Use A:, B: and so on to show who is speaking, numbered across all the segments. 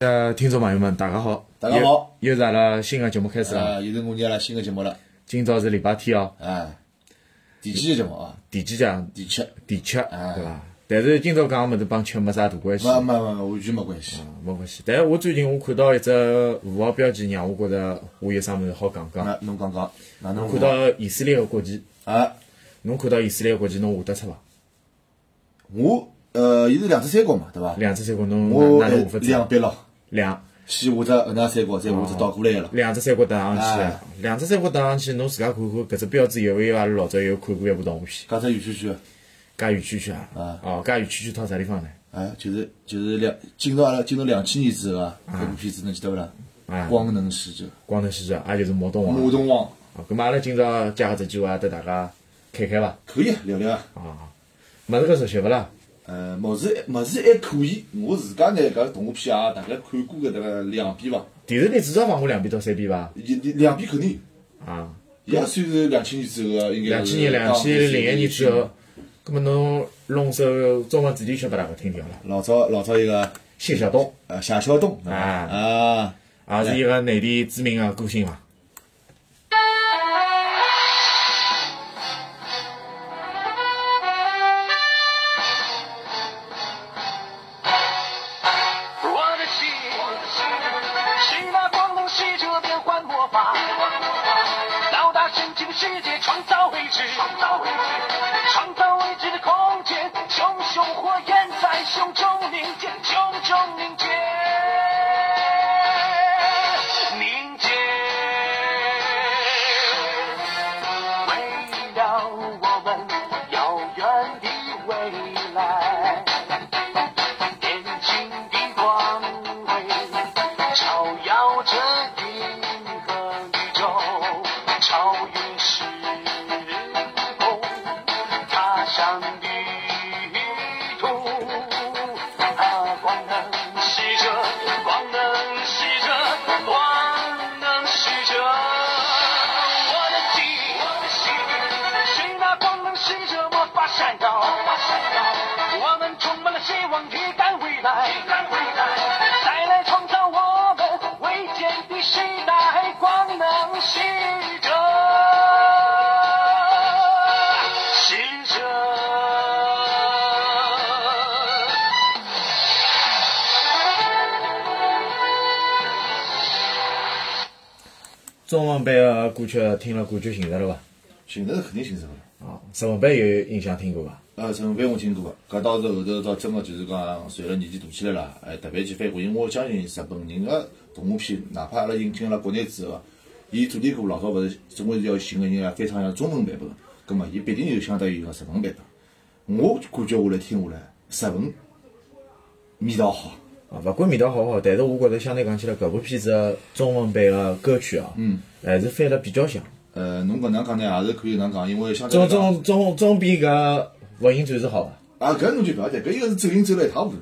A: 呃，听众朋友们，大家好，
B: 大家好
A: 又，又是阿拉新的节目开始了。
B: 呃，又是我们阿拉新的节目了，
A: 今朝是礼拜天哦，
B: 啊，第几期节目啊？
A: 第几讲？
B: 第七，
A: 第七，对伐？但是今朝讲个物事帮吃没啥大关系，
B: 呃没没没，完全没关系。
A: 没关系。但是我最近我看到一只符号标记，让我觉着我有啥物事好讲讲。
B: 那侬讲讲，哪能
A: 看到以色列个国旗，
B: 啊？
A: 侬看到以色列个国旗，侬画得出伐？
B: 我呃，伊是两只三角嘛，对伐？
A: 两只三角侬
B: 我
A: 哪哪能
B: 呃
A: 画法子？啊
B: 两边咯，
A: 两
B: 先画只搿能三角，再画只倒过来个了。
A: 两只三角打上去啊
B: 哎，
A: 两只三角打上去，侬自家看看搿只标志有没有阿拉老早有看过一部动画片，
B: 搿只圆圈圈，
A: 加圆圈圈啊，哦，加圆圈圈到啥地方呢？
B: 啊，就是就是两进到阿拉进到两千年之后啊，搿部片子侬记得勿啦？光能使者，
A: 光头先生，也就是毛东
B: 马
A: 王。
B: 东王，
A: 啊，咁嘛阿拉今朝借搿只机会啊，带大家看看伐？
B: 可以聊聊啊。
A: 物事搿熟悉勿啦？
B: 呃，物事物事还可以，我自家呢搿动画片也大概看过搿个两遍伐。
A: 电视台至少放过两遍到三遍伐？
B: 伊伊两边肯定，
A: 啊，
B: 伊也算是两千年之后，应该
A: 两千年、两千零一年之后，。咁么侬弄首中文主题曲拨大家听听好了。
B: 老早老早一个
A: 谢晓东
B: 呃夏小东
A: 啊
B: 啊，
A: 也是一个内地知名啊个歌星伐？
C: 我的心，是那光能使者变幻魔法，到达神奇的世界，创造未知，创造未知，创造未知的空间，熊熊火焰在胸中凝结，胸中凝结，凝结。为了我们遥远的未来。年轻的光辉，照耀着银河宇宙，超越时空，踏上旅途。啊，光能使者，光能使者，光能使者，我的心，我的心，是那光能使者魔法闪耀，我们充满了希望，预感未来，再来创造我们未见的时代，光能使者，使者。
A: 中文版个歌曲听了感觉寻着了伐？
B: 寻着是肯定寻着个。
A: 啊，日文版有印象听过伐？
B: 呃，陈飞我听过，搿倒是后头倒真个就是讲，随了年纪大起来啦，哎，特别去翻过，因为我相信日本人个动画片，哪怕阿拉引进了国内之后，啊伊主题歌老早勿是总归是要寻个人啊翻唱一下中文版本，葛末伊必定有相当于有个日文版本。我感觉下来听下来，日文味道好，
A: 啊，勿管味道好勿好，但是我觉着相对讲起来，搿部片子的中文版个歌曲啊，嗯，还是翻了比较像。
B: 呃，侬搿能讲呢，也是可以搿能讲，因为相对来
A: 中中
B: 讲，
A: 中中比搿勿应战士好伐？
B: 啊，搿侬就勿要谈，搿一个是走音走了一塌糊涂。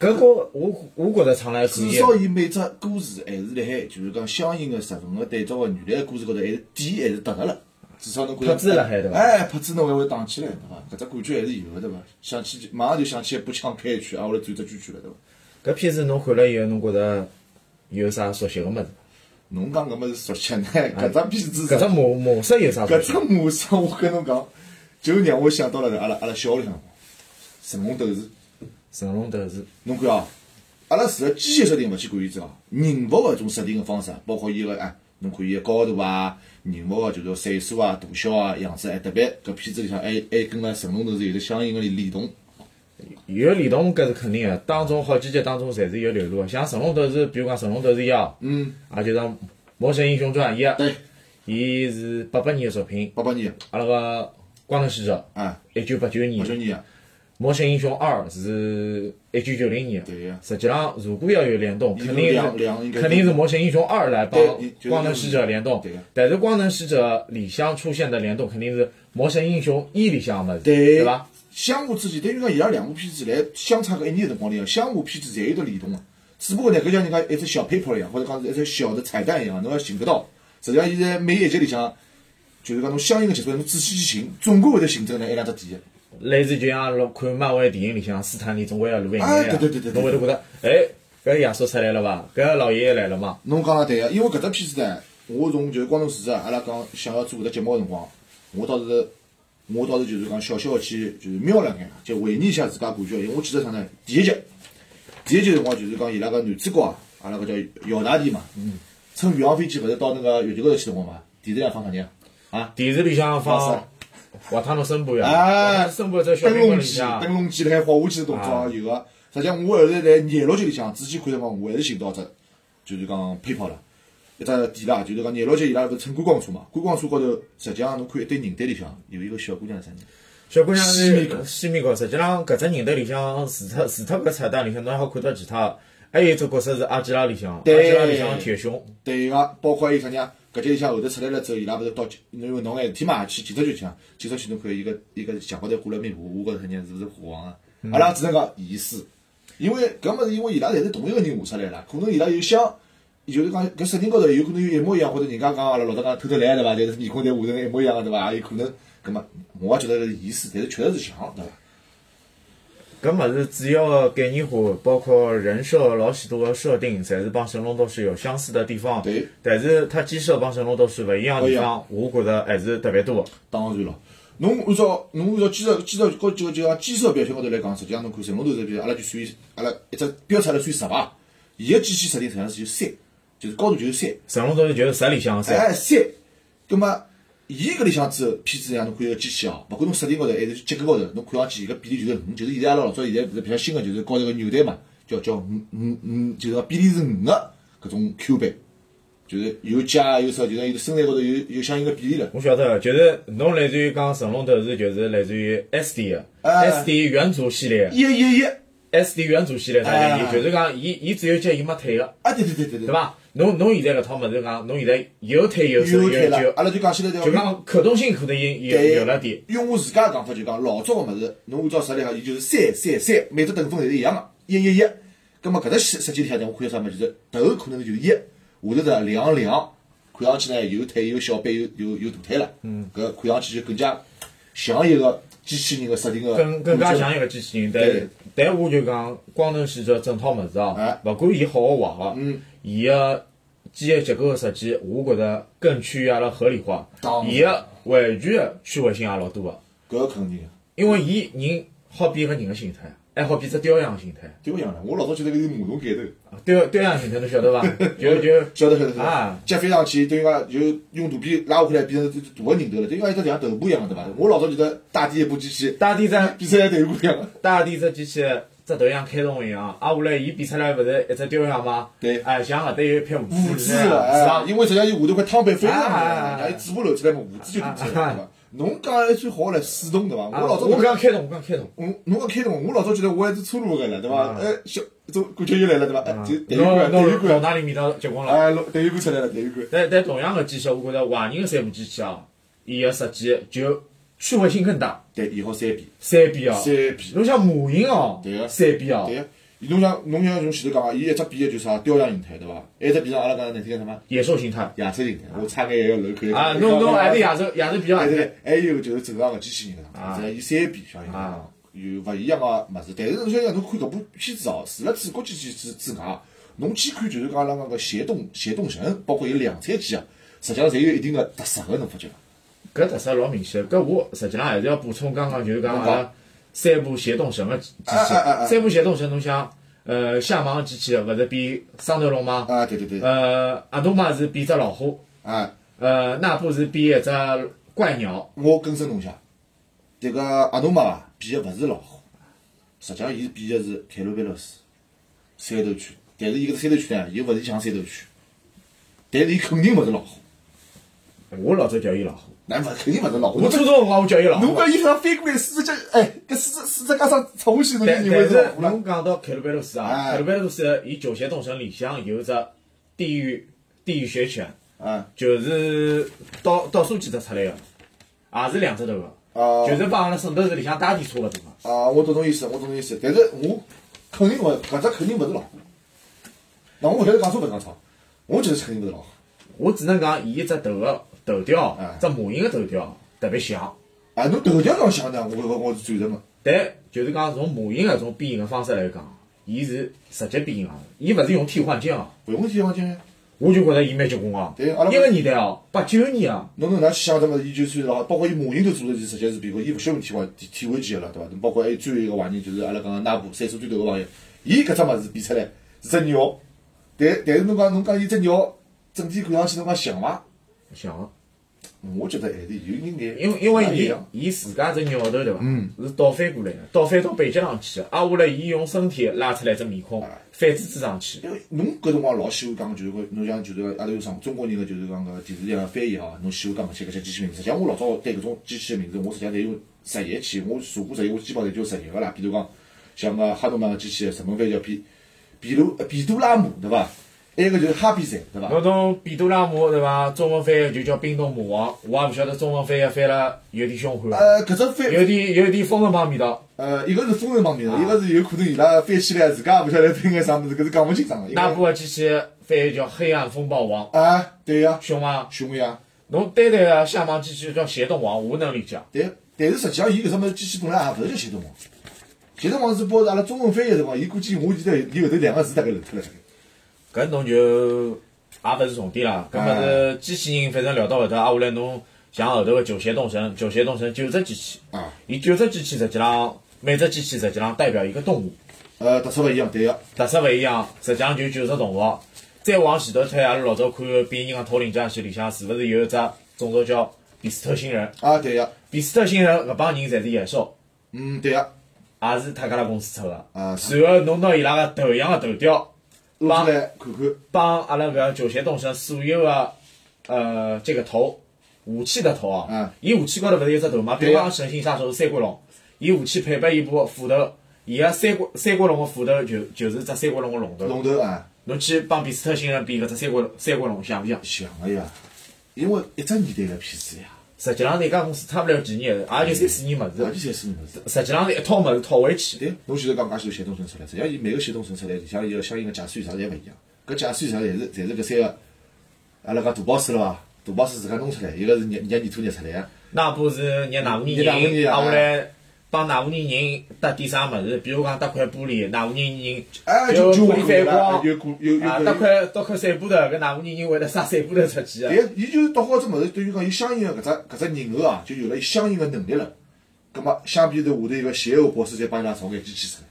A: 搿个我我觉着唱了可
B: 至
A: 以。
B: 少伊每只歌词还是辣海，就是讲相应个日文个对照个原来个歌词高头，还是点还是搭着了。至少侬觉着
A: 拍子辣海对伐
B: 哎，拍子侬还会打起来对伐？搿只感觉还是有个对伐？想起就马上就想起一把枪开一曲，啊，我来转只圈圈了对伐？
A: 搿片子侬看了以后，侬觉着有啥熟悉个物事？
B: 侬讲搿么是熟悉呢？搿只片子
A: 搿只模模式有啥熟
B: 搿
A: 悉
B: 只？模式，我跟侬讲，就让我想到了阿拉阿拉小学里向神龙斗士，
A: 神龙斗士
B: 侬看啊，阿拉除了机械设定勿去管伊之外，人物个种设定个方式，包括伊个哎，侬看伊个高度啊，人物个就是岁数啊、大小啊、样子，哎，特别搿片子里向还还跟了神龙头是有得相应个联动。
A: 有联动搿是肯定个，当中好几集当中侪是有流露个。像神龙斗士，比如讲神龙斗士一号，嗯，也就像《魔神英雄传》一样，
B: 对，
A: 伊是八八年个作品，
B: 八八年
A: 阿拉个光能使者，
B: 啊，
A: 一九八九年
B: 八九。年啊，
A: 《魔神英雄二》是一九九零年的
B: 对呀
A: 实际上如果要有联动，
B: 有
A: 肯定
B: 两两应
A: 是
B: 该
A: 肯定是《魔神英雄二》来帮
B: 对你觉得
A: 光能使者联动
B: 对呀。
A: 但是光能使者里向出现的联动肯定是《魔神英雄一》里向的，
B: 对
A: 吧？？
B: 相互之间，等于讲伊拉两部片子来相差个一年的辰光里向，相互片子侪有得联动个。只不过呢，搿像人家一只小 paper 一样，或者讲是一只小的彩蛋一样，侬要寻得到。实际上，现在每一集里向，就是讲侬相应个节奏，侬仔细去寻，总归会得寻着那一两只点。
A: 类似就像老看漫威电影里向斯坦利总归要露个眼
B: 哎
A: 呀
B: 对对对对对
A: 侬会得觉得哎。搿亚叔出来了伐？搿老爷爷来了嘛？
B: 侬讲得对啊个，因为搿只片子呢，我从就是光头事实，阿拉讲想要做搿只节目个辰光，我倒是，我倒是就是讲小小个去就是瞄了眼，就回忆一下自家感觉。因为我记得啥呢？第一集，第一集辰光就是讲伊拉搿男主角啊，阿拉搿叫姚大帝嘛，乘宇航飞机勿是到那个月球高头去辰光嘛，电视上放啥人啊？啊，
A: 电视里向
B: 放
A: 放
B: 啥
A: 瓦塔诺森布呀，瓦塔
B: 哎
A: 诺，森布在小
B: 灯
A: 宾馆
B: 笼
A: 里啊
B: 机，
A: 向
B: 灯笼机辣海滑下去的动作啊有个。实际上，我后头在廿六集里向仔细看辰光，我还是寻到只，就是讲配炮了，一只点啦，就是讲廿六集伊拉勿是乘观光车嘛，观光车高头，实际上侬看一堆人堆里向有一个小姑娘是啥人？
A: 小姑娘
B: 西面
A: 是
B: 狗
A: 西面狗，实际上搿只人头里向，除脱除脱搿彩蛋里向，侬还好看到其他，还有一只角色是阿基拉里向，阿
B: 对
A: 基拉里向铁胸，
B: 对个，包括还有啥人啊？搿节里向后头出来了之后，伊拉勿是到警因为弄眼事体嘛，去警察局去啊，警察局侬看一个一个墙高头挂了面画，画高头啥人是勿是画王啊？阿拉只能讲疑似，因为搿物事因为伊拉侪是同一个人画出来啦，可能伊拉有相，就是讲搿设定高头有可能有一模一样，或者人家讲阿拉老早讲偷偷来对伐？但是面孔侪画成一模一样个对伐？也有可能，葛末我也觉得是疑似，但是确实是像对伐？
A: 搿物事主要的概念化，包括人设老许多的设定，侪是帮《神龙斗士》有相似的地方。
B: 对
A: 但是它机设帮《神龙斗士》勿一样的地
B: 不一
A: 方
B: 样，
A: 我觉着还是特别多的。
B: 当然咯，侬按照侬按照基础基础高就就讲基础表现高头来讲，实际上侬看成龙头这边，阿拉就算阿拉一只标出来算十吧，伊个机器设定实际上是就三，就是高度就是三，
A: 《神龙斗士》就是十里向的噻，
B: 哎三，葛末伊搿里向子片子上侬看个机器哦，勿管侬设定高头还是结构高头，侬看上去伊个比例就是五，就是现在阿拉老早现在勿是比较新个，就是高头个纽带嘛，叫叫五五五，就是讲比例是五个搿种 Q 版，就是有加有少，就是有身材高头有有相应个比例了。
A: 我晓得，就是侬来自于讲《神龙斗士》，就是来自于 S D 的
B: 哎
A: ，S D 元祖系列
B: 一一一，啊
A: ，S D 元祖系列啥概念？
B: 哎
A: 就是讲，伊伊只有脚，伊没腿的。
B: 啊对对对对对
A: 对。伐？侬侬现在搿套物事讲，侬现在有腿有手
B: 有
A: 有
B: 退了
A: 脚，，
B: 阿拉就讲起来
A: 就讲可动性可能有有有了点。
B: 用我自家讲法就讲，老早个物事，侬按照实力讲，伊就是三三三，每只等分侪是一样个，一一一。葛末搿只设计里向呢，我看到啥物事，就是头可能就是一，下头是两两，看上去呢有腿有小臂有有有大腿了，嗯，搿看上去就更加像一个机器人个设定个，
A: 更更加像一个机器人，
B: 对
A: 但但我就讲，光能选择整套物事啊
B: 哎，嗯
A: 勿管伊好个坏个，伊个机械结构个设计，我觉着更趋于阿拉合理化
B: 当，然
A: 伊个完全个趣味性也老多个，啊
B: 搿肯定个。
A: 因为伊人好比一个人个形态，还好比只雕像个形态，
B: 对个样了，我老早觉得搿是马桶盖头，
A: 雕雕像形态侬晓 得伐？就就
B: 晓得晓得晓得
A: 啊
B: 脚飞上去，等于讲就用肚皮拉下来，变成大个人头了，等于讲一只像头部一样个对伐？我老早觉得大地一部机器，
A: 大地在
B: 比赛队伍一样。
A: 大地这机器只头像开动一样，啊，下来伊比出来勿是一只雕像吗？
B: 对
A: 哎，像搿搭有一片
B: 五
A: 胡
B: 指
A: 子，啊是吧
B: 哎，？因为实际上伊下头块汤板飞上
A: 啊啊
B: 来
A: 啊
B: 了，伊嘴巴露出来嘛，五指就顶出来了，对伐？侬讲一句好来水动对伐？我
A: 啊
B: 老早
A: 我刚开动，我刚开动。
B: 我侬讲开动，我老早觉得我还是粗鲁个了，对伐
A: 啊？
B: 哎，小种感觉又来了，对伐？哎，就队
A: 侬
B: 员
A: 侬
B: 队
A: 脑
B: 员，
A: 袋里面头结棍了。
B: 哎，队员出来了，队员。
A: 但但同样的机器，我觉着华人的三部机器啊，伊个设计就趣味性更大，
B: 对，以后三遍，
A: 三逼哦。
B: 三遍。
A: 侬像马云哦
B: 对，个
A: 三逼哦
B: 对，啊个，侬像侬像从前头讲，伊一只比个就是啥雕像形态，对伐？还一只比上阿拉讲难听个什么
A: 野兽形态
B: 野兽形态，我差眼还要漏口。
A: 啊，侬侬还是野兽野兽比较
B: 还
A: 合
B: 是还有就是正常个机器人个
A: 啊
B: 上，实际上伊三比相应
A: 啊
B: 讲有勿一样个物事。但是侬想想，侬看搿部片子哦，除了主角机器之之外，啊侬去看就是讲阿拉讲个邪动邪动神，包括有两彩机啊，实际上侪有一定个特色个，侬发觉伐？
A: 搿特色老明显。搿我实际上还是要补充，刚刚就是讲阿拉三部协动神个机器
B: 哎哎哎，哎
A: 三部协动神，侬想，呃，夏芒机器勿是比双头龙吗？
B: 啊，对对对，
A: 呃，阿杜玛是比只老虎，
B: 啊，
A: 呃，纳布是比一只怪鸟，
B: 我更正侬一下，迭个阿诺玛啊比个勿是老虎，实际上伊比个是凯鲁贝勒斯三头犬，但是伊搿只三头犬呢，又勿是像三头犬，但是伊肯定勿是老虎，
A: 我老早叫伊老虎，
B: 那勿肯定勿是老虎，
A: 我初中辰光我叫伊老
B: 侬
A: 虎。
B: 搿衣服上飞过来四只脚，哎，搿四只四只加上冲下去，侬就
A: 但
B: 认
A: 但
B: 为是
A: 是
B: 老虎了。
A: 侬讲到凯鲁贝鲁斯啊，
B: 哎
A: 凯鲁贝鲁斯伊九邪动神里向有一只地狱地狱雪犬，
B: 啊
A: 就是倒倒数几只出来个，也是两只头个，
B: 啊
A: 就是帮阿拉圣斗士里向打底差勿多嘛。
B: 啊！我懂侬意思，我懂侬意思，但是我肯定勿，搿只肯定勿是老虎。那我勿晓得讲错勿讲错，我觉得是肯定勿是老虎。
A: 我只能讲伊一只头个头雕
B: 哎，
A: 只马云个头雕特别像，
B: 啊，侬头条讲想呢，我我我是赞成的。
A: 但就是讲从马云搿种变形个方式来讲，伊是直接变硬的，伊勿是用替换枪。
B: 不用替换枪呀。
A: 我就觉着伊蛮结棍啊！
B: 对阿拉
A: 一个年代哦，八九年啊，
B: 侬能哪去想这么伊就算了，包括伊模型都做了，就直接是变过，伊勿需要用替换替替换机了，对伐？侬包括还有最后一个坏人，就是阿拉讲个纳布，岁数最大个朋友，伊搿只物事变出来是只鸟，但但是侬讲侬讲伊只鸟整体看上去侬讲像伐？
A: 像，
B: 我觉得还是有一眼眼，
A: 因为因为
B: 一
A: 伊
B: 样嗯
A: 伊自家只鸟头对伐？是倒翻过来的，倒翻到背脊上去的，挨下来伊用身体拉出来只面
B: 啊
A: 孔，反姿势上去。
B: 因为侬搿辰光老喜欢讲，就是讲侬像就是阿拉有上中国人个就是讲搿电视剧个翻译哈，侬喜欢讲搿些搿些机器名字。实际上我老早对搿种机器个名字，我实际上侪用实译去，我查过实译，我基本上侪叫实译个啦。比如讲像个哈诺曼个机器，日文翻译叫比比鲁呃比杜拉姆，对伐？还有一个就是哈比赛，对伐？
A: 侬从比多拉姆对伐？中文翻译就叫冰冻魔王，我也勿晓得中文翻译翻了有点凶悍，
B: 呃，搿只翻
A: 有点有点封神榜味道。
B: 呃，一个是风人方面的，一个是有可能伊拉翻起来自家也勿晓得翻眼啥物事，搿是讲勿清爽个。因为
A: 那部个机器翻译叫黑暗风暴王，
B: 啊，对呀，
A: 凶伐？
B: 凶个呀。
A: 侬单单个下帮机器叫邪动王，我能理解。
B: 但但是实际上，伊搿只物事机器本来也勿是叫协同网，协同网是包括阿拉中文翻译的辰光，伊估计我记得伊后头两个字大概漏脱了。
A: 搿侬就也勿是重点啦，搿么是机器人，反正聊啊到后头，挨下来侬像后头个九邪动神，九邪动神九只机器，
B: 啊，
A: 伊九只机器实际上每只机器实际上代表一个动物，
B: 呃，特色勿一样，对个、
A: 特色勿一样，实际上就九只动物。再往前头推，阿拉老早看个《变形金刚头领战士》里向是勿是有一只种族叫比斯特星人？
B: 啊，对个、
A: 比斯特星人搿帮人侪是野兽，
B: 嗯，对个、
A: 也是泰加拉公司出个。
B: 啊是
A: 然后侬拿伊拉个头像个头雕。
B: 拿出来看看，
A: 帮阿拉搿九邪动神所有的呃这个头武器的头
B: 嗯
A: 啊，伊武器高头勿是有只头嘛？比如
B: 对啊
A: 讲
B: 呀
A: 神行杀手三国龙，伊武器配备一部斧头，伊个三国三国龙个斧头就就是只三国龙个龙头。
B: 龙头啊，
A: 侬去帮比斯特星人比搿只三国三国龙像勿像？
B: 像个呀，因为一只年代个片子呀，
A: 实际上那家公司差勿了几年，也就三四年物
B: 哪
A: 事。
B: 里才是物事？
A: 实际上是一套物事套回去，
B: 对，侬前头讲介许多协同存出来，实际上伊每个协同存出来，里向伊个相应个假算啥侪勿一样。搿假算啥侪是侪是搿三个，阿拉讲大 boss 了伐？大 boss 自家弄出来，一个是捏捏泥土捏出来个，
A: 那部是捏哪户人
B: 捏哪户人
A: 人，
B: 啊
A: 啊下来帮哪户人人搭点啥物事，比如讲搭块玻璃，哪户人人
B: 哎，就
A: 有
B: 就我
A: 玻璃反光，
B: 有股有有
A: 啊，
B: 有
A: 搭块搭块散步头，搿哪户人人会得撒散步头出去个？
B: 但伊就是到好只物事，等于讲伊相应个搿只搿只人偶啊，就有了伊相应个能力了。葛末相比头下头一个邪恶博士，再帮伊拉造眼机器出来，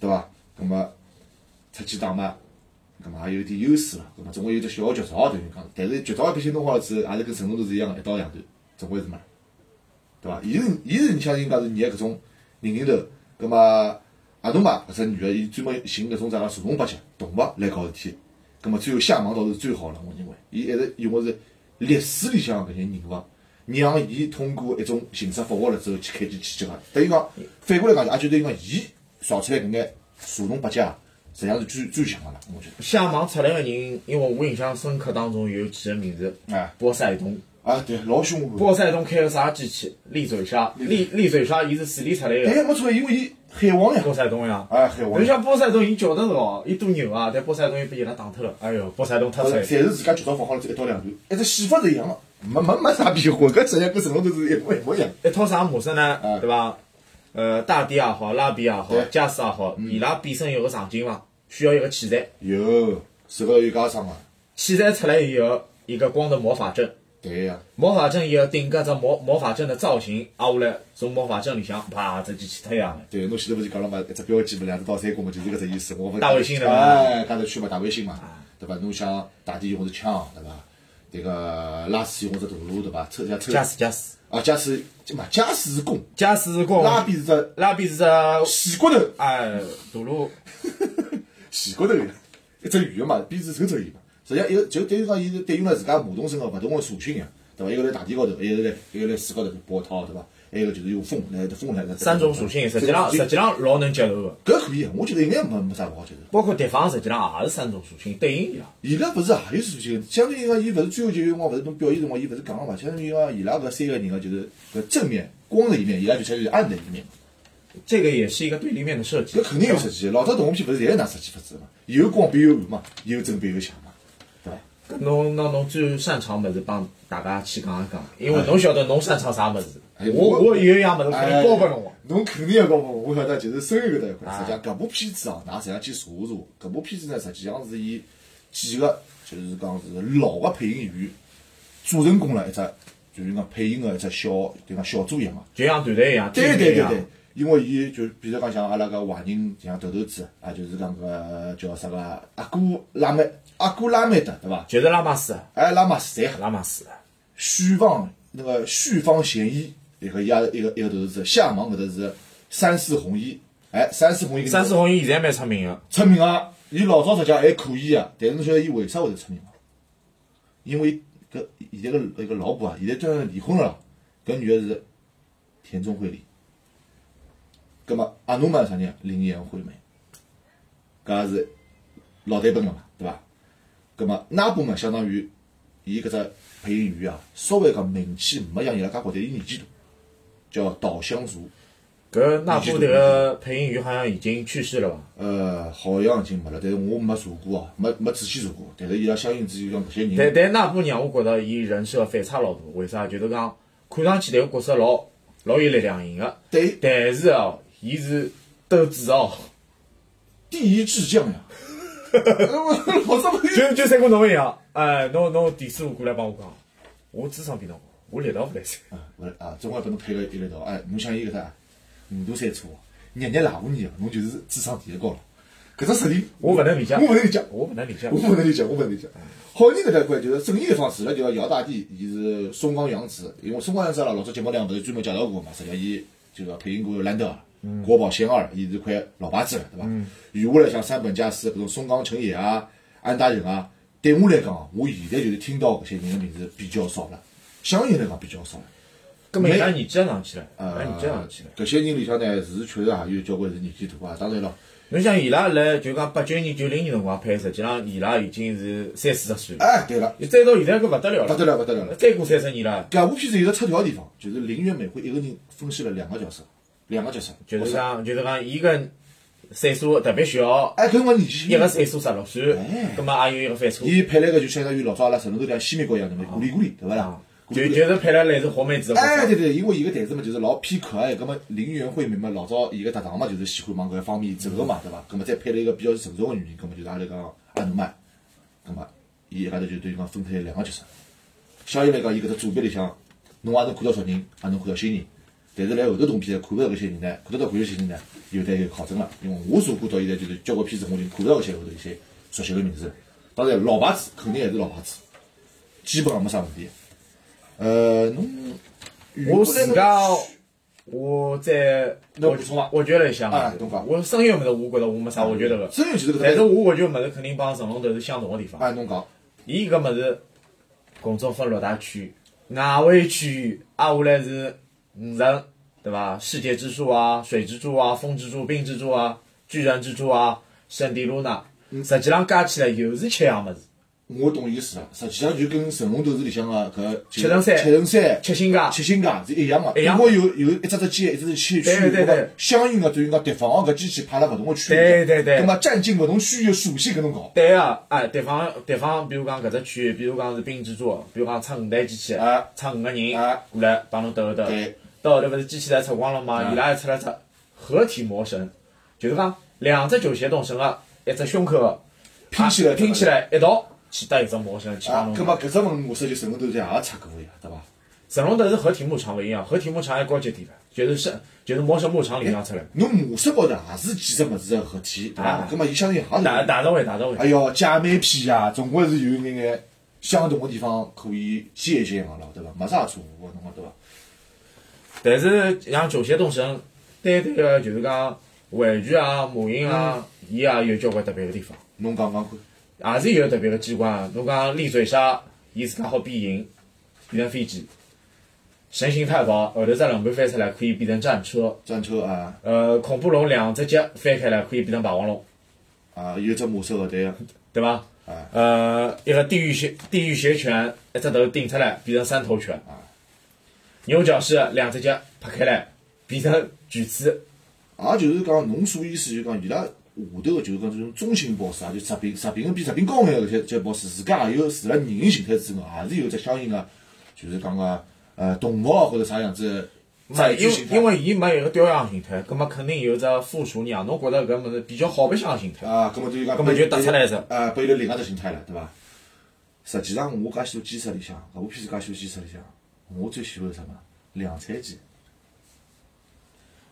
B: 对伐？葛末出去打嘛，葛末也有点优势了。葛末总归有只小个绝招，等于讲，但是绝招毕竟弄好了之后，也是跟成龙都是一样的，一刀两断，总归是没了，对伐？伊是伊是你像应该是捏搿种人人头，葛末阿诺玛搿只女个，伊专门寻搿种啥树丛白相动物来搞事体。葛么最后下网倒是最好了，我认为，伊一直用的是历史里向搿些人物，让伊通过一种形式复活了之后去开启奇迹个。等于讲反过来讲，也就等于讲伊造出来搿眼树农八家，实际上是最最强个了，我觉得。
A: 下网出来个人，因为我印象深刻当中有几个名字，
B: 哎
A: 波塞冬，
B: 啊，对，老凶悍。
A: 波塞冬开个啥机器？利嘴鲨，利利嘴鲨，伊是水里出来
B: 哎
A: 个，
B: 呀，没错，因为伊海王呀
A: 波，塞冬呀。
B: 哎，海王
A: 侬
B: 呀，
A: 像波塞冬，伊叫的辰光，伊多牛啊！但波塞冬又被伊拉打脱了。哎哟，波塞冬太
B: 侪
A: 帅，
B: 是自家剧照放好了之后一刀两断，哎一只戏法是一样个，没没没啥变化，搿实际上跟成龙都是一模一模一样。
A: 一套啥模式呢？
B: 嗯
A: 对伐？呃，大帝也好，拉比也好
B: 对，嗯
A: 加斯也好，伊拉变身有个场景伐？需要一个器材，
B: 有，手高头有加啊长个，
A: 器材出来以后，一个光的魔法阵。
B: 对呀，
A: 魔法阵也要定格只魔魔法阵的造型，啊，下来从魔法阵里向啪只机器推下来。
B: 对，侬前头勿是讲了嘛，一只标记嘛，两只倒三角嘛，就是搿只意思。我勿
A: 大卫星对伐
B: 哎，搿只区嘛，大卫星嘛，对伐？侬像大地用的是枪，对伐？迭个拉斯用的是大路，对伐？抽像抽
A: 加斯加斯
B: 啊，加斯嘛，加斯是弓，
A: 加斯是弓，
B: 拉比是只
A: 拉比是只哎
B: 死骨头，
A: 大陆
B: 死骨头呀，一只鱼嘛，鞭子抽抽伊嘛。实际上，一个就等于讲，伊是对应了自家马桶身个勿同个属性呀，对伐？一个辣大地高头，一个辣一个辣水高头波涛，对伐？还有一个就是用风来风来来。
A: 三种属性，实际上
B: 三
A: 实
B: 种属
A: 际上老能接受的，
B: 搿可以，啊我觉得应该没没啥勿好接受。
A: 包括敌方实际上也是三种属性对应伊拉。
B: 伊拉勿是也有属性，相对于讲，伊勿是最后就有辰光，勿是侬表演辰光，伊勿是讲个嘛。相对于讲，伊拉搿三个人个就是搿正面光的一面，伊拉就相当于暗的一面。
A: 这个也是一个对立面的设计
B: 搿，肯定有设计，老早动画片勿是侪是拿设计法子个嘛，有光必有暗嘛，有正必有邪嘛，对伐？
A: 侬拿侬最擅长么子帮大家去讲一讲，因为侬晓得侬擅长啥么子，
B: 哎
A: 我我有一样物事肯定教拨侬个，
B: 侬肯定要讲我，我晓得就是生育搿搭一块。实际上，搿部片子哦，㑚实际上去查一查，搿部片子呢，实际上是以几个就是讲是老个配音演员组成功了一只，就是讲配音个一只小，就讲小组一样个。
A: 就像团队一样，
B: 对对
A: 一
B: 对
A: 样
B: 对，，因为伊就比如讲像阿拉搿华人，像头头子啊，就是讲搿叫啥个阿古拉美，阿古拉美的对伐？
A: 就是拉马斯，啊
B: 哎，拉玛斯侪合。
A: 拉马斯，啊
B: 旭方那个旭方贤一，一个压一个一个头是夏芒搿头是三四红衣，哎，三四红衣，
A: 三四红衣现在蛮出名个，
B: 出名啊！伊老早实际上还可以啊，但是侬晓得伊为啥会得出名伐？因为搿现在搿搿个老婆啊，现在居然离婚了啦，搿女的是田中惠里，葛末阿努曼啥人啊？林彦惠美，搿也是老对本个嘛，对伐？葛末那波嘛，相当于伊搿只配音员啊，稍微讲名气没像伊拉介高，但伊年纪大，叫岛香树，
A: 搿那部迭个配音员好像已经去世了伐？
B: 呃，好像已经没了，但是我没查过啊，没没仔细查过。但是伊拉相应之前讲搿些
A: 但
B: 人，
A: 但那部让我觉着伊人设反差老大，为啥？就是讲看上去迭个角色老老有力量型个，
B: 对
A: 但是哦，伊是斗智哦，
B: 第一智将呀， 老早不是
A: 就就三跟侬一样，哎，侬侬第四五过来帮我讲，我智商比侬高，我力道勿来塞，
B: 啊，勿是啊，总归拨侬配个一类道。哎，侬像伊搿搭五大三粗，日日赖乎你啊，侬就是智商第一高了。搿只设定
A: 我勿能理解
B: 我勿能理解，
A: 我勿能理解
B: 我。不能理解，我不能理解。好人搿搭一块就是正义一方，除了就姚大帝，伊是松冈洋子，因为松冈洋子阿拉老早节目里向勿是专门介绍过嘛，实际上伊就个配音过《兰德尔》《国宝仙二》，伊是块老牌子了，对伐？余下来像山本家司搿种松冈诚也啊、安达人啊，对我来讲，我现在就是听到搿些人的名字比较少了，相应来讲比较少了。
A: 搿么
B: 没
A: 伊拉年纪也上去了，伊拉
B: 呃
A: 年纪也上去了。
B: 搿些人里向呢，是确实也有交关是年纪大啊，当然了。
A: 侬想伊拉辣就讲八九年、九零年辰光拍，实际上伊拉已经是三四十岁了，
B: 哎，对了，
A: 再到现在搿勿得了
B: 不
A: 了，
B: 得了，不得了了。
A: 再过三十年了。
B: 搿部片子有个出挑地方，就是林月美会一个人分饰了两个角色，两个角色，
A: 就是啊
B: 啥？
A: 讲，就是讲，伊个岁数特别小，
B: 哎，搿我年纪
A: 一个岁数十六岁
B: 哎，
A: 葛末也有一个犯错，
B: 伊配了个就相当于老早阿拉城头讲西面高一样的嘛，古里古里，对勿啦
A: 啊？
B: 古
A: 就
B: 里古里
A: 就是配了类似黄梅子的角
B: 哎，
A: 色，
B: 对对，因为伊个台词嘛，就是老偏可爱。葛么林元惠美嘛，老早伊个搭档嘛，就是喜欢往搿一方面走个嘛，对伐？葛么再配了一个比较成熟个女人，葛么就是阿拉讲阿努曼，葛么伊一家头就等于讲分开两个角色。相应来讲，伊搿只组别里向，侬也能看到熟人，也能看到新人。但是来后头动片呢，看勿到搿些人呢，看得到搿些人呢，有待有考证了。因为我所过到现在就是交关片子，我已经看勿到搿些后头一些熟悉个名字。当然，老牌子肯定还是老牌子，基本上没啥问题。呃，侬
A: 我自家我在
B: 侬
A: 我
B: 补充伐
A: 我觉得一下嘛
B: 哎嗯侬讲，
A: 我声优么子，我觉得我没啥，我觉得个，
B: 真有其实搿
A: 但是
B: 个，
A: 我我觉得么子肯定帮成龙头是相同个地方，
B: 哎，侬讲，
A: 伊搿么子工作分六大区域，外围区域挨下啊来是五人，对伐？世界之柱啊，水之柱啊，风之柱、冰之柱啊，巨人之柱啊，圣地露娜，
B: 嗯
A: 实际上加起来又是七样物事，
B: 我懂意思了。实际上就跟神龙斗士里向个搿
A: 七层山
B: 七层山、啊
A: 七星家。
B: 七星界是一样个，
A: 一样
B: 因为有有一只只街，一只只区，
A: 对对
B: 区域
A: 对
B: 相应个就是讲敌方哦个搿机器派辣勿同个区域，
A: 对对对
B: 葛末占尽勿同区域个属性搿侬搞，
A: 对啊，哎，对方对方，比如讲搿只区域，比如讲是冰之柱，比如讲出五台机器
B: 哎，
A: 出五个人
B: 哎
A: 过来帮侬斗一斗
B: 对，
A: 到后头勿是机器侪出光了吗？
B: 哎
A: 伊拉还出了只合体魔神，就是讲两只九邪动神个一只胸口的
B: 拼起来
A: 啊拼起来一道去搭一只魔神去帮
B: 啊
A: 侬，
B: 葛
A: 打。
B: 末搿只文模式就神龙斗士也出过呀，对伐？
A: 神龙斗是和体牧场勿一样，和体牧场还高级点了，就是是就是魔神牧场里向啊 出来的，
B: 侬模式高头也是几只物事个合体，对伐
A: 啊？
B: 葛末伊相应也是
A: 打打得会打得会
B: 哎。哟，姐妹篇呀，啊总归是有眼眼相同个地方可以借鉴个了，对伐？没啥错误个，侬讲对伐？
A: 但是像九邪动神，单单个就是讲玩具啊、模型啊，伊也有交关特别个地方，
B: 侬讲讲看，
A: 也是有特别个机关。啊侬讲丽水鲨，伊自家好变形，变成飞机；神行太保后头只轮盘翻出来可以变成战车；
B: 战车啊
A: 呃，恐怖龙两只脚翻开来可以变成霸王龙，
B: 啊，有只模式个对个，
A: 对伐？
B: 啊
A: 呃，一个地狱邪地狱邪拳，一只头顶出来变成三头犬；牛角是两只脚拍开来变成锯齿。
B: 也啊就是讲侬所意思就是讲伊拉下头个就是讲这种中型 boss 啊，就直屏直屏个比直屏高眼个搿些这 boss，自家也有除了人形形态之外，也是有只相应个，就是讲个呃动物啊或者啥样子载
A: 哎因
B: 具
A: 为
B: 形态。
A: 因为伊没有一个雕像形态，葛末肯定有只附属让啊侬觉得搿物事比较好白相的形态。
B: 啊，搿么就讲，
A: 搿么就突出来一只
B: 啊，拨伊拉另外只形态了，对伐？实际上，我介许多基础里向，搿部片子介许多基础里向，我最喜欢是什么？两彩机。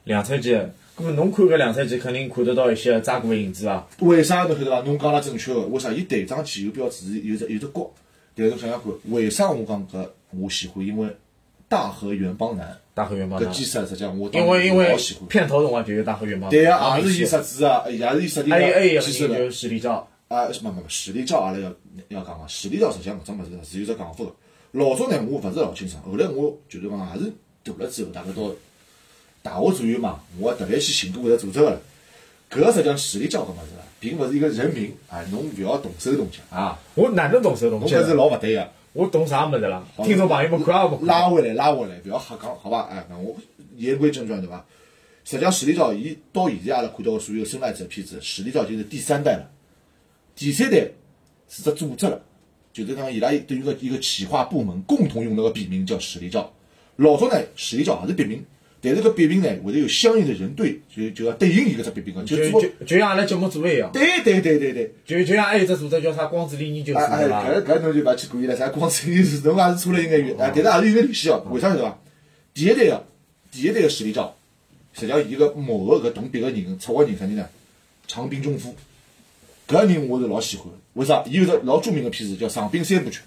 A: 两彩机，葛末侬看搿两彩机，肯定看得到一些渣古的影子啊。
B: 为啥侬晓得伐？侬讲了正确个，为啥？伊队长前有标志有只有只角，但是侬想想看，为啥我讲搿我喜欢？因为大和元邦男
A: 大和元邦
B: 搿
A: 男，
B: 基础实际上我当
A: 啊因为
B: 时
A: 因
B: 我
A: 为
B: 好喜欢。
A: 片头辰光就有大和元邦男，
B: 对
A: 啊
B: 呀，也是
A: 明
B: 伊设
A: 显
B: 置啊，也是伊设定
A: 哎还有还有一
B: 个
A: 个
B: 基
A: 人
B: 础
A: 就是
B: 的。
A: 史力照，
B: 啊，没没没，史力照阿拉要要讲个，史力照实际上搿只物事是有只讲法个。老早呢，我勿是老清爽，后来我就是讲也是大了之后，大概到大学左右嘛，我还特别去寻过搿只组织个了。搿个实际上史力照搿物事啊，并勿是一个人名啊，侬勿要动手动脚啊，
A: 我哪能懂这东
B: 侬
A: 西
B: 搿
A: 啊？
B: 是老勿对个。
A: 我懂啥物事啦？听众朋友们看也勿看？
B: 拉回来，拉回来，不要瞎讲，好吧？哎，那我言归正传，对吧？实际上，史力照伊到现在阿拉看到的所有生来者片子，史力照已经是第三代了，第三代是只组织了，就是讲伊拉对于一个一个企划部门共同用了个笔名叫史力照。老早呢，史力照也是笔名，但是搿笔名呢会得有相应的人对，就就要对应伊搿只笔名啊个，就
A: 就
B: 做
A: 就就像阿拉节目组一样，
B: 对对对对对。
A: 就就像还有一只组织叫啥光子力研究
B: 哎
A: 室
B: 哎，
A: 对伐？
B: 搿搿侬就勿去管伊了，啥光是 侬也是差了应该远，啊，但是也是有点联系哦。为啥晓得伐？第一代个，第一代个史力照，实际上伊个幕后搿动笔个人策划人啥人呢？长滨忠夫，搿个人我是老喜欢的。为啥？伊有只老著名个片子叫《长滨三部曲》，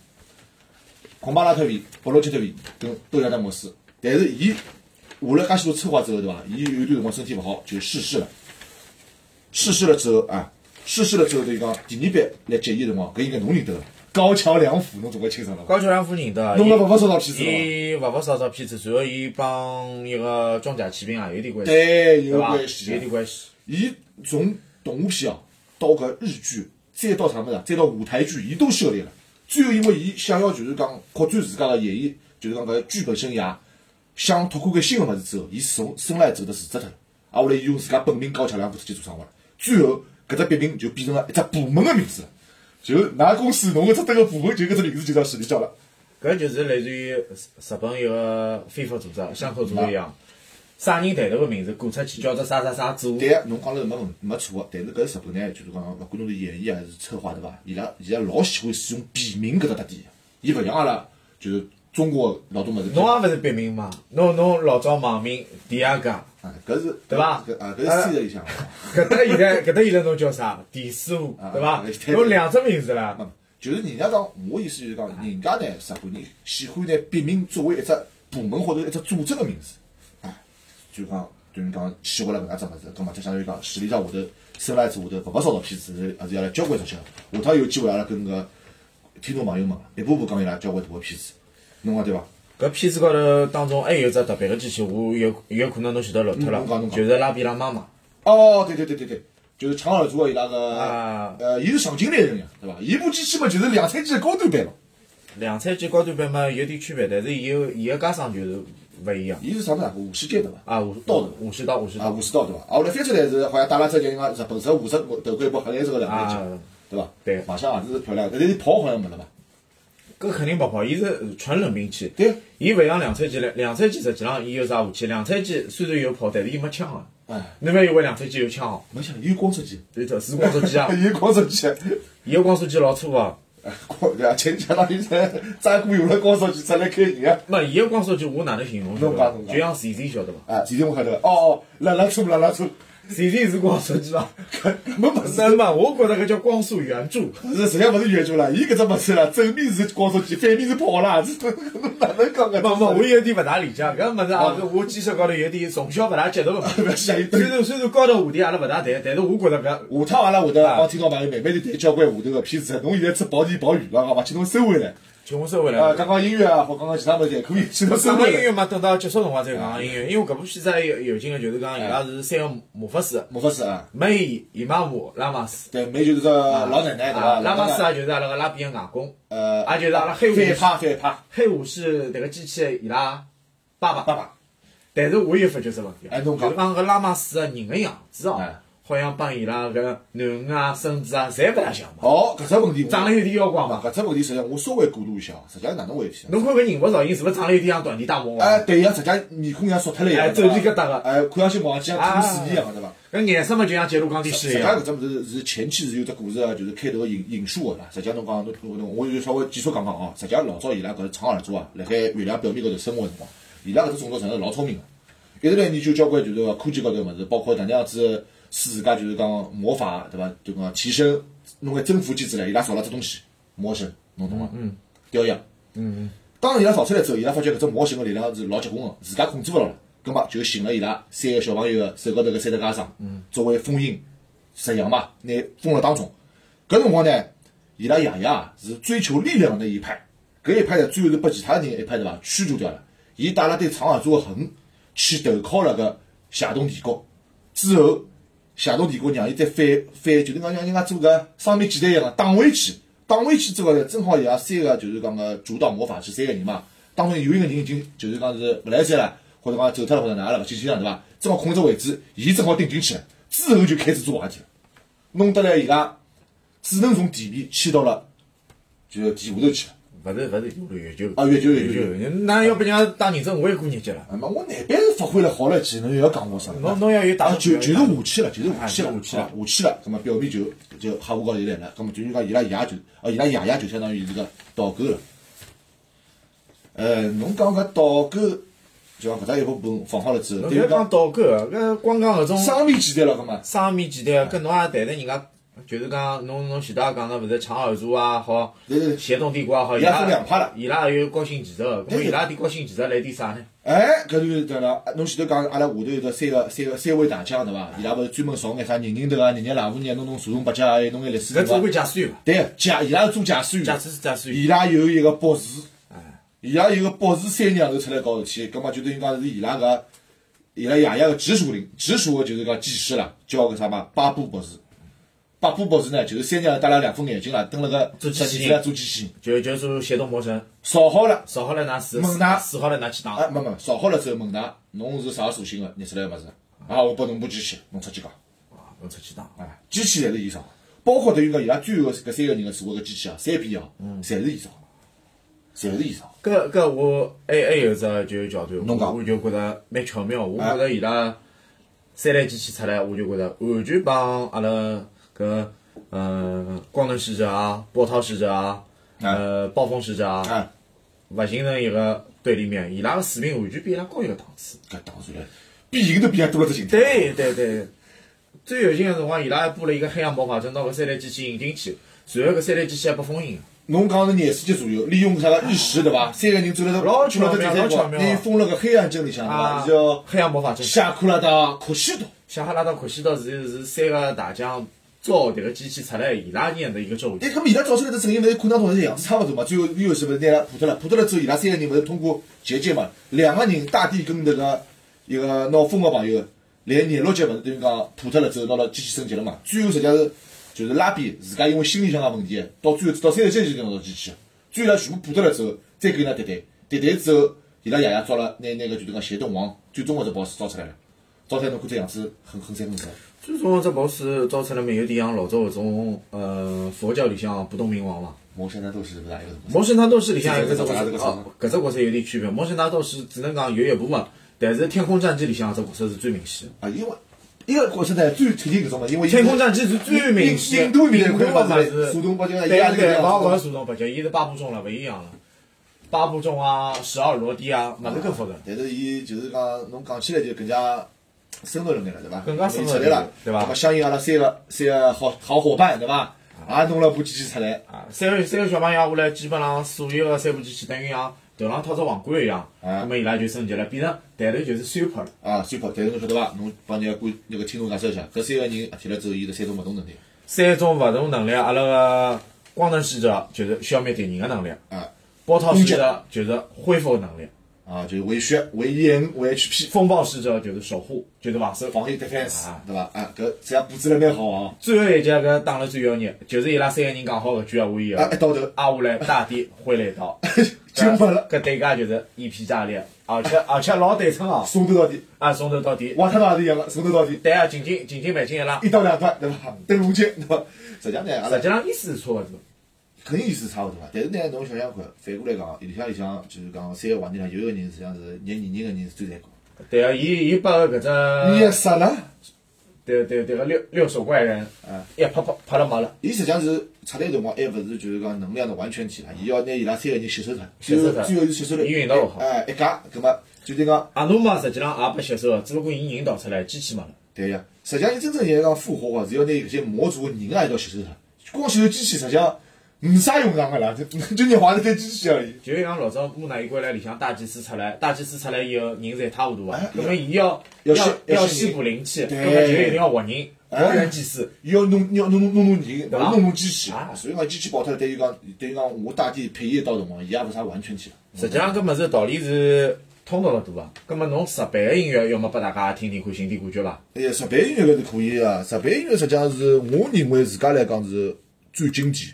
B: 孔巴拉特维、保罗切特维跟豆芽丹摩斯。但是伊下了介许多策划之后，对伐？伊有一段辰光身体勿好，就逝世了。逝世了之后啊，逝世了之后就是讲第二版来接伊的辰光，搿应该侬认得个。高桥良辅，侬总归清爽了吧？
A: 高桥良夫认得，
B: 侬
A: 伊
B: 勿勿勿收到片子了伐？
A: 伊勿勿少照片子，然后伊帮一个装甲骑兵啊有点关系，
B: 对，
A: 对
B: 有
A: 伐？
B: 关系
A: 有。点关系。
B: 伊从动画片啊，到搿日剧，再到啥物事啊，再到舞台剧，伊都涉猎了。最后，因为伊想要就是讲扩展自家个演艺，就是讲搿剧本生涯，想拓宽搿新个物事之后，伊从生来走得辞职脱了，啊，后来伊用自家本名高桥良辅出去做生活了。最后，搿只笔名就变成了一只部门个名字了，就㑚公司侬搿只这个部门就搿只名字就叫史力照了。
A: 搿就是类似于日日本一个非法组织、乡口组织一样，啥人抬头个名字过出去叫只啥啥啥组，
B: 嗯对个，侬讲了没问没错个，但是搿日本呢，就是讲勿管侬是演绎还是策划，对伐？伊拉伊拉老喜欢使用笔名搿只特点，伊勿像阿拉就是中国老多物事。啊
A: 侬也勿是别名嘛？侬侬老早网名迪亚 嘎，
B: 啊，搿是
A: 对伐
B: 搿啊，搿是私人里 向的。
A: 搿搭现在搿搭现在侬叫啥？迪师傅
B: 啊
A: 对伐
B: 啊？对
A: 侬两只名字啦，
B: 嗯就是人家讲，我意思就是讲，人家呢，日本人喜欢拿笔名作为一只部门或者一只组织个名字，啊，就讲就是讲喜欢了搿能介只物事，葛末就相当于讲，实力上下头生来之下头勿勿少照片子，还是要来交关出去个。下趟有机会阿拉跟搿听众朋友们一步步讲伊拉交关大个片子，侬讲对伐？
A: 搿片子高头当中还有一只特别个机器，我有有可能侬晓得漏脱
B: 嗯侬讲
A: 了
B: 侬，讲
A: 就是拉比拉妈妈。
B: 哦，对对对对对，就是长耳座伊拉个，
A: 啊
B: 呃，伊是赏金猎人呀，啊对伐？伊呃部机器嘛，就是两台机的高端版了。
A: 两菜鸡高端版嘛有点区别，但是伊有伊个加上就是勿一样
B: 伊是啥物事啊？武士剑对伐？
A: 啊。武
B: 刀头。
A: 武士刀，武士
B: 啊，
A: 刀
B: 武士刀对伐？啊，后来翻出来是好像戴了只就是讲日本式武士头盔，不黑颜色个两面
A: 啊
B: 镜，，对伐？
A: 对
B: 好像啊也是漂亮，但是跑好像没了吧？
A: 搿肯定不好，伊是呃纯冷兵器。
B: 对，
A: 伊勿像两菜鸡嘞，两菜鸡实际上伊有啥武器？两菜鸡虽然有炮，但是伊没枪啊。
B: 哎，
A: 侬勿以为两菜鸡有枪 哦？
B: 没想到有光速机，，
A: 对头，是光速机啊
B: 有光速机，
A: 伊个光速机老粗啊。
B: 哎光对伐？前几天那里在扎古有了光速机出来开人啊！
A: 没，伊个光速机我哪能形容？
B: 侬讲侬讲
A: 就像 CZ 晓得伐
B: 哎，前天我看到，哦哦，拉拉车，拉拉车，
A: ？CZ 是光速机 啊。
B: 没么事，
A: 那嘛，我觉着搿叫光速圆柱。
B: 是实际上勿是原著啦，伊搿只物事啦，正面是光速机，反面是 跑啦，这侬哪能讲啊个？
A: 不不，我有点勿大理解，搿物事啊，搿我知识高头有点从小勿大接受个嘛。
B: 不要想伊
A: 虽然虽然高头话题阿拉勿大谈，但是我觉着搿
B: 下啊趟阿拉会
A: 啊
B: 得帮听众朋友慢慢地谈交关下头个片子，啊侬现在只跑题跑远了，好伐？请侬收回来。
A: 请我收回
B: 啊，
A: 来。
B: 讲讲音乐啊，或讲讲其他物事也可以，去到
A: 上
B: 生活
A: 个音乐
B: 里。
A: 嘛，等到结束辰光再讲音乐，因为搿部片子还有有劲个就是讲伊拉是三个魔法师，
B: 莫法师啊，
A: 梅姨玛姆拉玛斯，
B: 对，梅就是个老奶奶对伐？
A: 啊，拉玛斯
B: 啊，
A: 啊就是阿拉个拉比个外公，
B: 呃，
A: 啊就是阿拉黑武
B: 反
A: 士
B: 派反派，
A: 黑武士迭个机器的伊拉爸
B: 爸
A: 爸。
B: 爸，
A: 但是我又发觉只问题，
B: 哎侬
A: 就
B: 讲
A: 是讲搿拉玛斯个人个样子哦
B: 哎，
A: 好像帮伊拉搿囡恩啊、孙子啊，侪勿大像嘛，
B: 哦，搿只问题我，
A: 长得有点妖怪
B: 啊
A: 嘛。
B: 搿只问题实际上我稍微过渡一下，实际上哪能回事？
A: 侬看搿人物造型是勿是长得有点像团体大魔王？
B: 哎，对呀，实际上面孔像缩脱了一样，
A: 哎
B: 对吧
A: 走地疙瘩个
B: 哎，看上去忘记像
A: 啊
B: 吐水一样的，对伐？
A: 搿颜色嘛，就像杰鲁钢铁师
B: 实
A: 一
B: 际上
A: 样。
B: 搿只物事是前期是有只故事啊，就是开头个引引述个啦。实际上侬讲侬侬侬，我就稍微简述讲讲哦。实际上老早伊拉搿长耳朵啊，辣盖月亮表面高头生活个辰光，伊拉搿只种族实际上是老聪明个，一直来研究交关就是讲科技高头个物事，包括哪能样子使自家就是讲魔法对伐？就讲提升弄个征服机制啊唻，伊拉造了只东西魔神，侬懂伐？嗯，雕像。当伊拉造出来之后，伊拉发觉搿只模型个力量是老结棍个，自家控制勿牢了，葛末就寻了伊拉三个小朋友个手高头搿三只家长，作为封印石像嘛，拿封了当中。搿辰光呢，伊拉爷爷啊是追求力量的那一派，搿一派呢最后是被其他人一派对伐驱逐掉了。伊带了对长耳朵个恨，去投靠了搿夏东帝国。之后，夏东帝国让伊再反反，就是讲让人家做搿双面简单一样个打回去。打回去之后呢，正好伊拉三个就是讲个主导魔法师三个人嘛，当中有一个人已经就是讲是勿来三了，或者讲走脱了或者哪了勿去清爽对伐？正好空着位置，伊正好顶进去了，之后就开始做坏事了，弄得来伊拉只能从地面迁到了就是地下头去了。
A: 勿是勿是月球
B: 啊月球月球
A: 月球，哪要被人家当认真，我也过日节了。
B: 哎嘛，我难办是发挥了好了几，侬又要讲我啥？
A: 侬侬要有打
B: 啊，就就是
A: 我。
B: 武器了，就是武器
A: 哎就是
B: 了，
A: 武器了
B: 啊武器了。咁么表面就就黑屋高头来了，咁么就是讲伊拉爷就，哦，伊拉爷爷就相当于是个导购了。呃，侬讲搿导购，就讲搿只一部分放好了之后，
A: 侬
B: 对
A: 勿
B: 于
A: 要讲
B: 讲
A: 导购，搿光讲搿种
B: 生命简单了，搿么
A: 生面简单，跟侬也谈谈人家，就是讲侬侬前头也讲了，勿是长耳族啊好
B: 对对对，
A: 协同帝国啊好，
B: 伊拉分两派了
A: 伊拉也有高新技术的，
B: 对
A: 咾伊拉点高新技术来点啥呢？
B: 哎，搿就是讲了，侬前头讲阿拉下头有个三个三个三位大将对伐？伊拉勿是专门造眼啥人人头啊、人人老虎眼，弄弄祖宗八家，还有弄眼历史
A: 搿
B: 对伐
A: 总？归假算伐？
B: 对，假伊拉是做假书
A: 假算是假算，
B: 伊拉有一个博士，
A: 哎
B: 伊拉有一个博士三娘头出来搞事体，葛末就等于讲是伊拉个伊拉爷爷个直属领直属个就是讲技师啦，叫个啥嘛巴布博士。巴布博士呢，就是三娘戴了两副眼镜啦，蹲了个
A: 做机器人
B: 实验室啦做机器人，
A: 就就做协同魔神，
B: 烧好了，
A: 烧好了㑚试，
B: 猛打
A: 试好了㑚去打。
B: 啊，没没，烧好了之后问㑚，侬是啥属性个，拿出来个物事，啊，我拨侬部机器，侬出去讲。
A: 侬出去打，
B: 啊，机器侪是伊造，包括等于讲伊拉最后搿三个人个做个机器啊，三边啊，
A: 嗯
B: 侪是伊造，侪是伊造。
A: 搿搿我还还有只就是桥段，
B: 侬讲
A: 我就觉着蛮巧妙，我觉着伊拉三台机器出来，我就觉着完全帮阿拉搿呃光能使者啊、波涛使者啊、呃暴风使者啊，
B: 啊，
A: 勿形成一个对立面，伊拉个水平完全比伊拉高一个档次。
B: 搿当然了，比赢都比俺多了只心态。
A: 对对对，最有劲个辰光，伊拉还布了一个黑暗魔法阵，拿搿三台机器引进去，然后搿三台机器还被封印了。
B: 侬讲是廿世纪左右，利用啥个日食对伐？三个人走了
A: 啊老
B: 走了
A: 巧
B: 第
A: 妙
B: 三
A: 老巧
B: 关，
A: 妙
B: 你封了个黑暗镇里向对伐？
A: 啊
B: 叫，
A: 黑暗魔法阵。
B: 夏库拉达库西岛。
A: 夏哈拉达可西岛是是三个大将造迭个机器出来，伊拉念的一个咒语。
B: 哎，搿么伊拉造出来的阵营勿是看当中是样子差勿多嘛？最后又是勿是拿拉破脱了？破脱了之后，伊拉三个人勿是通过结界嘛？两个人大地跟迭个一个闹疯个朋友，来廿六级勿是等于讲破脱了之后，拿了机器升级了嘛？最后实际上是就是拉比自家因为心理上个问题，到最后到三十级就拿到机器，最后伊拉全部破脱了之后，再跟伊拉谈谈谈谈之后，伊拉爷爷造了拿那个就是讲邪盾王最终个只 boss 造出来了，造出来侬看这样子很很三很三。
A: 最终这 boss 造出来没有点像老早搿种呃佛教里向不动明王嘛。
B: 魔神战斗士是勿是也有什么？
A: 魔神大斗士里向有
B: 这
A: 搿
B: 个
A: 只角
B: 这个
A: 色，哦搿只角色有点区别。魔神大斗士只能讲有一部分，但是天空战机里向搿只角色是最明显的。
B: 啊，因为一个角色呢最贴近搿种嘛，因为
A: 天空战机是最明显，
B: 印度
A: 印
B: 面
A: 度
B: 块
A: 个
B: 嘛
A: 物
B: 是
A: 事，
B: 苏东啊坡就
A: 对
B: 伊拉
A: 对
B: 这个
A: 对，
B: 样
A: 勿勿
B: 子。
A: 是苏东坡，就伊是八部中了，勿一样了。八部中啊，十二罗地啊，物事更复杂。
B: 但是伊就是讲，侬讲起来就更加深入了眼了，对伐？
A: 更加深入
B: 出来了，
A: 对伐
B: 那么相应阿拉三个三个好好伙伴，对伐？也弄了部机器出来，
A: 啊，三个三个小朋友下来，基本上所有的三部机器等于像头上套只皇冠一样，
B: 啊
A: 那么伊拉就升级了，变成抬头就是三炮了。
B: 啊，最好。但是侬晓得伐？侬帮人家观那个听众介绍一下，搿三个人合体了之后，伊是三种勿同能力
A: 三种勿同能力，啊阿拉个光能使者就是消灭敌人的能力，
B: 啊
A: 波涛使者就是恢复能力，
B: 啊，就是为血、为 E N、为 H P，
A: 风暴使者就是守护，就是防守。
B: 防御 defense，
A: 啊
B: 对伐？啊，搿这样布置了蛮好啊！
A: 最后一节搿打了最妖孽，就是伊拉三个人讲好搿句闲话以后
B: 啊，，一到头，
A: 阿下来大地挥了一刀，
B: 金牌了，
A: 搿对家就是一批炸裂，而且而且老对称啊，
B: 从头到底，
A: 啊，从头到底。
B: 瓦特纳是一样的，从头到底，
A: 对啊，近近近近蛮近一啦
B: 一，刀两断，对伐？对路径，对伐？实际上呢，阿拉
A: 实际上啊意思是差勿多。
B: 肯定意思差勿多啊。但是呢，侬想想看，反过来讲，里向里向就是讲三个环境里向有一个人实际上是热艺人个人是最残酷。
A: 对啊，伊伊把搿
B: 你一
A: 只
B: 杀呢？
A: 对对对个六六手怪人，啊哎
B: 嗯
A: 一拍拍拍了没了，
B: 伊实际上是出来的辰光，还勿是就是讲能量的完全体了，伊要拿伊拉三个人吸收脱，最
A: 吸收
B: 后
A: 脱
B: 最后是吸收了，
A: 伊运道好
B: 哎，一家，葛末就是讲，
A: 阿努啊嘛实际上也被吸收了，只不过伊人导出来，机器没了。
B: 对呀，实际上伊真正现在讲孵化哦，是要拿搿些模组个人啊要吸收脱，光吸收机器实际上没啥用场个啦，就就热化了台机器而已。
A: 就像老早木乃伊归来里向大祭司出来，大祭司出来以后人是一塌糊涂啊
B: 哎，
A: 因为伊要
B: 要
A: 要
B: 吸要吸
A: 吸补灵气，
B: 对
A: 那么就一定要活人，
B: 哎
A: 活人祭司。
B: 伊要弄，要弄弄弄弄人，勿
A: 啊
B: 是弄弄机器
A: 啊。
B: 所以讲机器爆脱，对于讲对于讲我大地配一刀辰光，伊也勿啥完全体了。
A: 实际上，搿物事道理是通道得多啊。葛末侬日版个音乐，要么拨大家听听看，寻点感觉伐？
B: 哎呀，日版音乐搿是可以啊，日版音乐实际上是我认为自家来讲是最经典。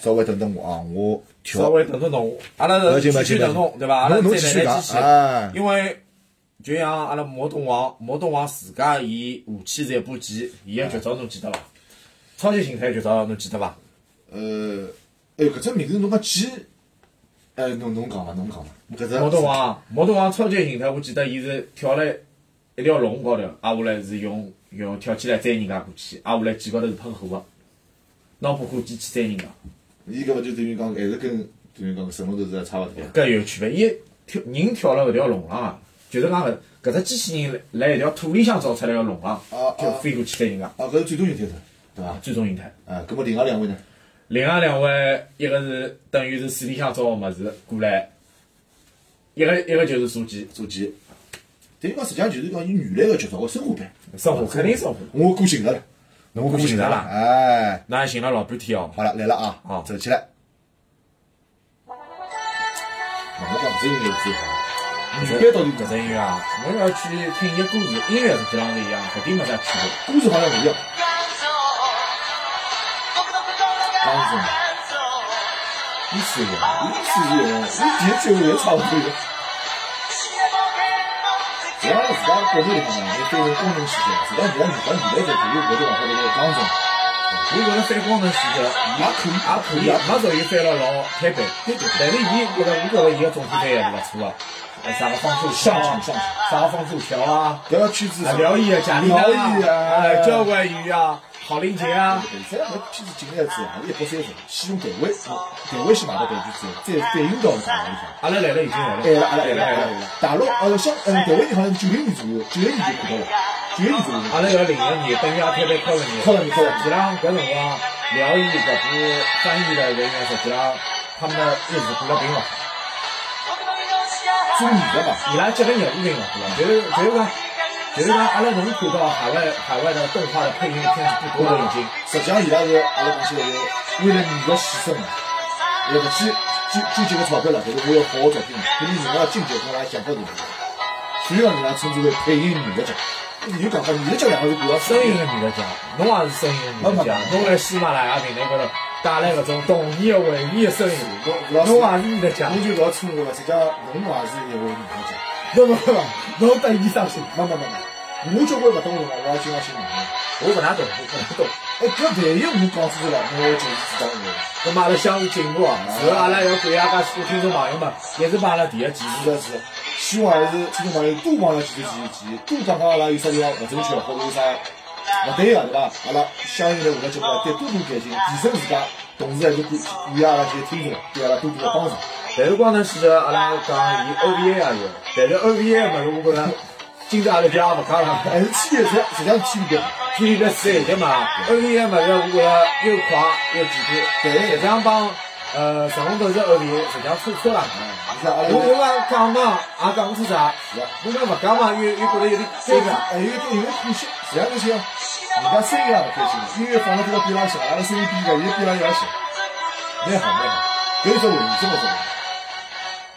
B: 稍微等等我啊，我调
A: 稍微等等侬，阿拉
B: 勿要紧
A: 是
B: 勿要
A: 继
B: 紧
A: 续等侬，对伐？阿
B: 侬
A: 拉
B: 侬
A: 再
B: 继续
A: 来
B: 讲
A: 继续
B: 哎，
A: 因为就像阿拉魔动王，魔动王自家伊武器是一把剑，伊个绝招侬记得伐？超级形态绝招侬记得伐？
B: 呃，哎呦，搿只名字侬讲几？哎，侬侬讲伐？侬讲伐？搿只
A: 魔动王，魔动王超级形态，我记得伊是跳了一条龙高头，啊下来是用用跳起来载人家过去，啊下来剑高头是喷火个，拿把火机器载人家，
B: 伊搿勿就等于讲还是跟等于讲神龙斗士差勿多。
A: 搿有区别。伊跳人跳了搿条龙浪啊，就是讲搿搿只机器人来一条土里向造出来个龙浪
B: 啊，
A: 跳
B: 啊
A: 飞过去载人家，
B: 啊，搿是最终形态的，对伐？
A: 最终形态。
B: 啊，搿么另外两位呢？
A: 另外两位，一个是等于是水里向造个物事过来，一个一个就是射击，
B: 手机，等于讲实际上就是讲伊原来个剧照个生活版，
A: 生活肯定生活
B: 我过寻着了，侬我
A: 过寻着了
B: 哎，
A: 那寻了老半天哦。
B: 好了，来了啊，
A: 好
B: 走起来。那我讲搿只音乐最好，
A: 女版到底搿只音乐啊，侬要去听伊个故事，音乐实际上是一样，搿点没啥区别。
B: 故事好像勿一样，
C: 当众。
A: 意思一样，
B: 伊是一样，伊第一句也差勿多一样。
C: 只
B: 只要
C: 要
B: 自
C: 自
B: 家
C: 家
B: 国内里向呢，伊对于功能实现，实际上现在现在现在在国内往高头个啊当中，
A: 我觉着反光能选择
B: 也可
A: 也可
B: 以，
A: 以，
B: 也
A: 没属于翻了老摊板
B: 对对对。
A: 但是伊觉着，我觉着伊个总体翻译是勿错个，呃啥个放速枪啊
B: 上去上去
A: 啥个放速条啊，
B: 不要去自
A: 啊疗愈啊，贾玲
B: 疗愈
A: 啊，
B: 啊，
A: 哎交关语啊，好林杰啊。
B: 现在搿片子进来之后，还是一百三十，先用台湾，台湾先买到台币之后，再反映到上海里向。
A: 阿拉来了已经来了，
B: 哎了，阿拉哎
A: 来
B: 了
A: 来
B: 哎了
A: 来
B: 哎
A: 了
B: 了，。大陆呃香嗯台湾人好像九零年左右，九零年就看到了，九零年左右就看
A: 阿拉
B: 到了。
A: 要零一年，等于阿特被扣了年。
B: 扣了年扣了年
A: 实际上搿辰光，辽艺搿部翻译的人员，实际上他们的日子过得并勿好，
B: 中年的嘛，
A: 伊拉接的业务并勿好，就是就是讲，就是讲阿拉能看到海外海外的动画的配音片子不多了已经。
B: 实际上伊拉是阿拉讲起来是为了艺术牺牲的，要勿去纠纠结个钞票了，但是我要好好做电影，搿是人家境界跟阿拉想法是勿一样。所以讲人家称之为配音艺术家，你就讲讲艺术家两个字比较
A: 声音的女的讲，侬也是声音的女的讲，侬来喜马拉雅平台高头带来搿种动力的唯美的声音，
B: 老师
A: 侬也是女的讲，
B: 侬就老错误了，实际上侬也是一位艺术家。
A: 侬侬侬得意伤心，
B: 没没没没，我交关勿懂了，我也经常去问侬。
A: 我勿大懂，我勿大懂。
B: 哎，搿万一我讲错了，我就是自当我。
A: 那么阿拉相互进步啊！然后阿拉要感谢介许多听众朋友们，也是帮阿拉第一支
B: 是
A: 持。
B: 的，是的。希望还是听众朋友多帮阿拉几个建议，多讲讲阿拉有啥地方勿正确，或者有啥勿对个，对伐？阿拉相应的下来节目再多多改进，提升自家，同时还是感感谢阿拉这些听众对阿拉多多的帮助。
A: 但是光能选择阿拉讲伊 OVA 也有，但是 OVA 的物事我觉着，今朝阿拉就也勿讲了。
B: 还是七月十，实际上七月份，
A: 体育的赛的嘛，OVA 物事我觉着又快又简单，
B: 对
A: 实际上帮呃神龙斗士 OVA 实际上差差了。啊
B: 是阿拉
A: 我我讲讲嘛，也讲勿出啥
B: 是啊，
A: 我讲勿讲嘛，又又觉得有点尴
B: 这个
A: 尬。
B: 还有一点有点可惜，实际上就是人家声音也勿开心，音乐放了这个边浪向，阿拉声音比个，伊比浪也要响。蛮好蛮好，搿是只文字的作品，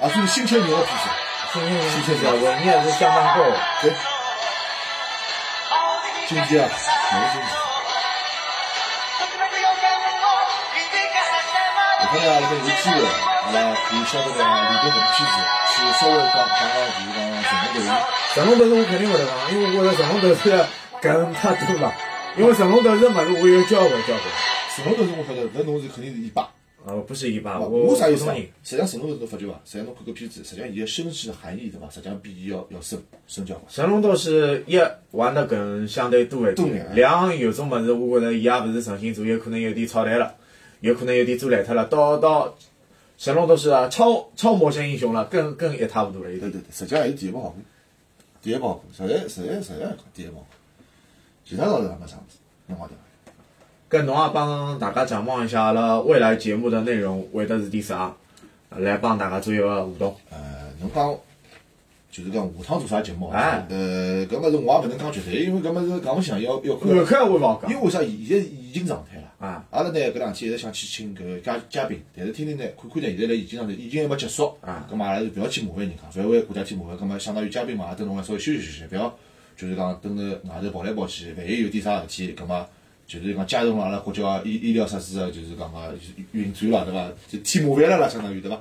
B: 而且是新青年的片子，
A: 新年新气象，文艺还是相当高。
B: 对，经济啊，哪个经济？我好呀，阿拉搿有机会，阿拉可以晓得讲李斌搿部片子，去稍微讲讲讲，就是讲成龙队
A: 成龙斗士
B: 伍。
A: 我肯定会得讲，因为我觉得成龙斗士梗太多了，因为成龙斗士物事我有交关交关。
B: 成龙队伍我晓得，搿侬是肯定是一把。
A: 啊，我不是一般，
B: 啊
A: 我
B: 我啥意
A: 普
B: 思
A: 通
B: 啊
A: 人。？
B: 实际上，成龙侬发觉伐？实际上，侬看搿片子，实际上伊个深层含义对伐？实际上比伊要要深深交关。
A: 神龙斗士一玩的梗相对多一
B: 多眼
A: 点，啊两有种物事，我觉着伊也勿是诚心做，有可能有点操蛋了，有可能有点做烂脱了。到到神龙斗士啊，超超魔神英雄了，更更一塌糊涂了，有
B: 对
A: 点。
B: 对对，实际上还是第一个效果，第一个效果，实在实在实在讲第一个效果，其他倒是没啥物事，侬讲对伐？
A: 跟侬也啊帮大家展望一下阿拉未来节目的内容会得是点啥，来帮大家做一个互动。
B: 呃，侬讲就是讲下趟做啥节目？
A: 哎
B: 呃，搿物事我也勿能讲绝对，因为搿物事讲勿响，要要看。
A: 看看我勿好
B: 因为
A: 讲，
B: 为啥现在是疫情状态了？
A: 啊
B: 阿拉呢搿两天一直想去请搿个嘉嘉宾，但是天天呢看看呢，现在辣疫情状态，疫情还没结束，
A: 啊
B: 葛末阿拉就勿要去麻烦人家，勿要为国家添麻烦，葛末相当于嘉宾嘛，也等侬稍微休息休息，勿要就是讲等着外头跑来跑去，万一有点啥事体，葛末就是讲加重了阿拉国家医医疗设施个就是讲个运转了，对伐？就添麻烦了啦，相当于对伐？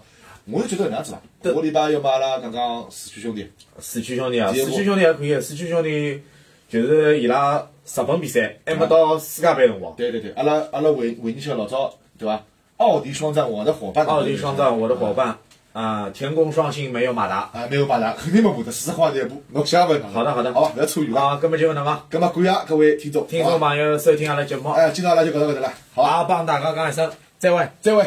B: 我是觉得搿能样子伐？下个礼拜要么阿拉讲讲四驱兄弟，
A: 四驱兄弟啊，
B: 结果
A: 四驱兄弟还可以，四驱兄弟就是伊拉日本比赛还没到世界杯辰光。
B: 对对对，阿拉阿拉回回忆起老早对伐？奥迪双战我的伙伴，
A: 奥迪双钻，我的伙伴啊、田宫双星没有马达。
B: 啊，没有马达，肯定没马达，四十块钱一部，侬想问？
A: 好的好的
B: 好吧，不要扯远了。
A: 啊，根本就那么，
B: 咁么，感谢各位听众，
A: 听众
B: 好吧？
A: 朋友收听阿拉节目，
B: 哎，今朝阿拉就搞到搿搭了，好吧，
A: 啊，帮大家讲一声再会。
B: 再会。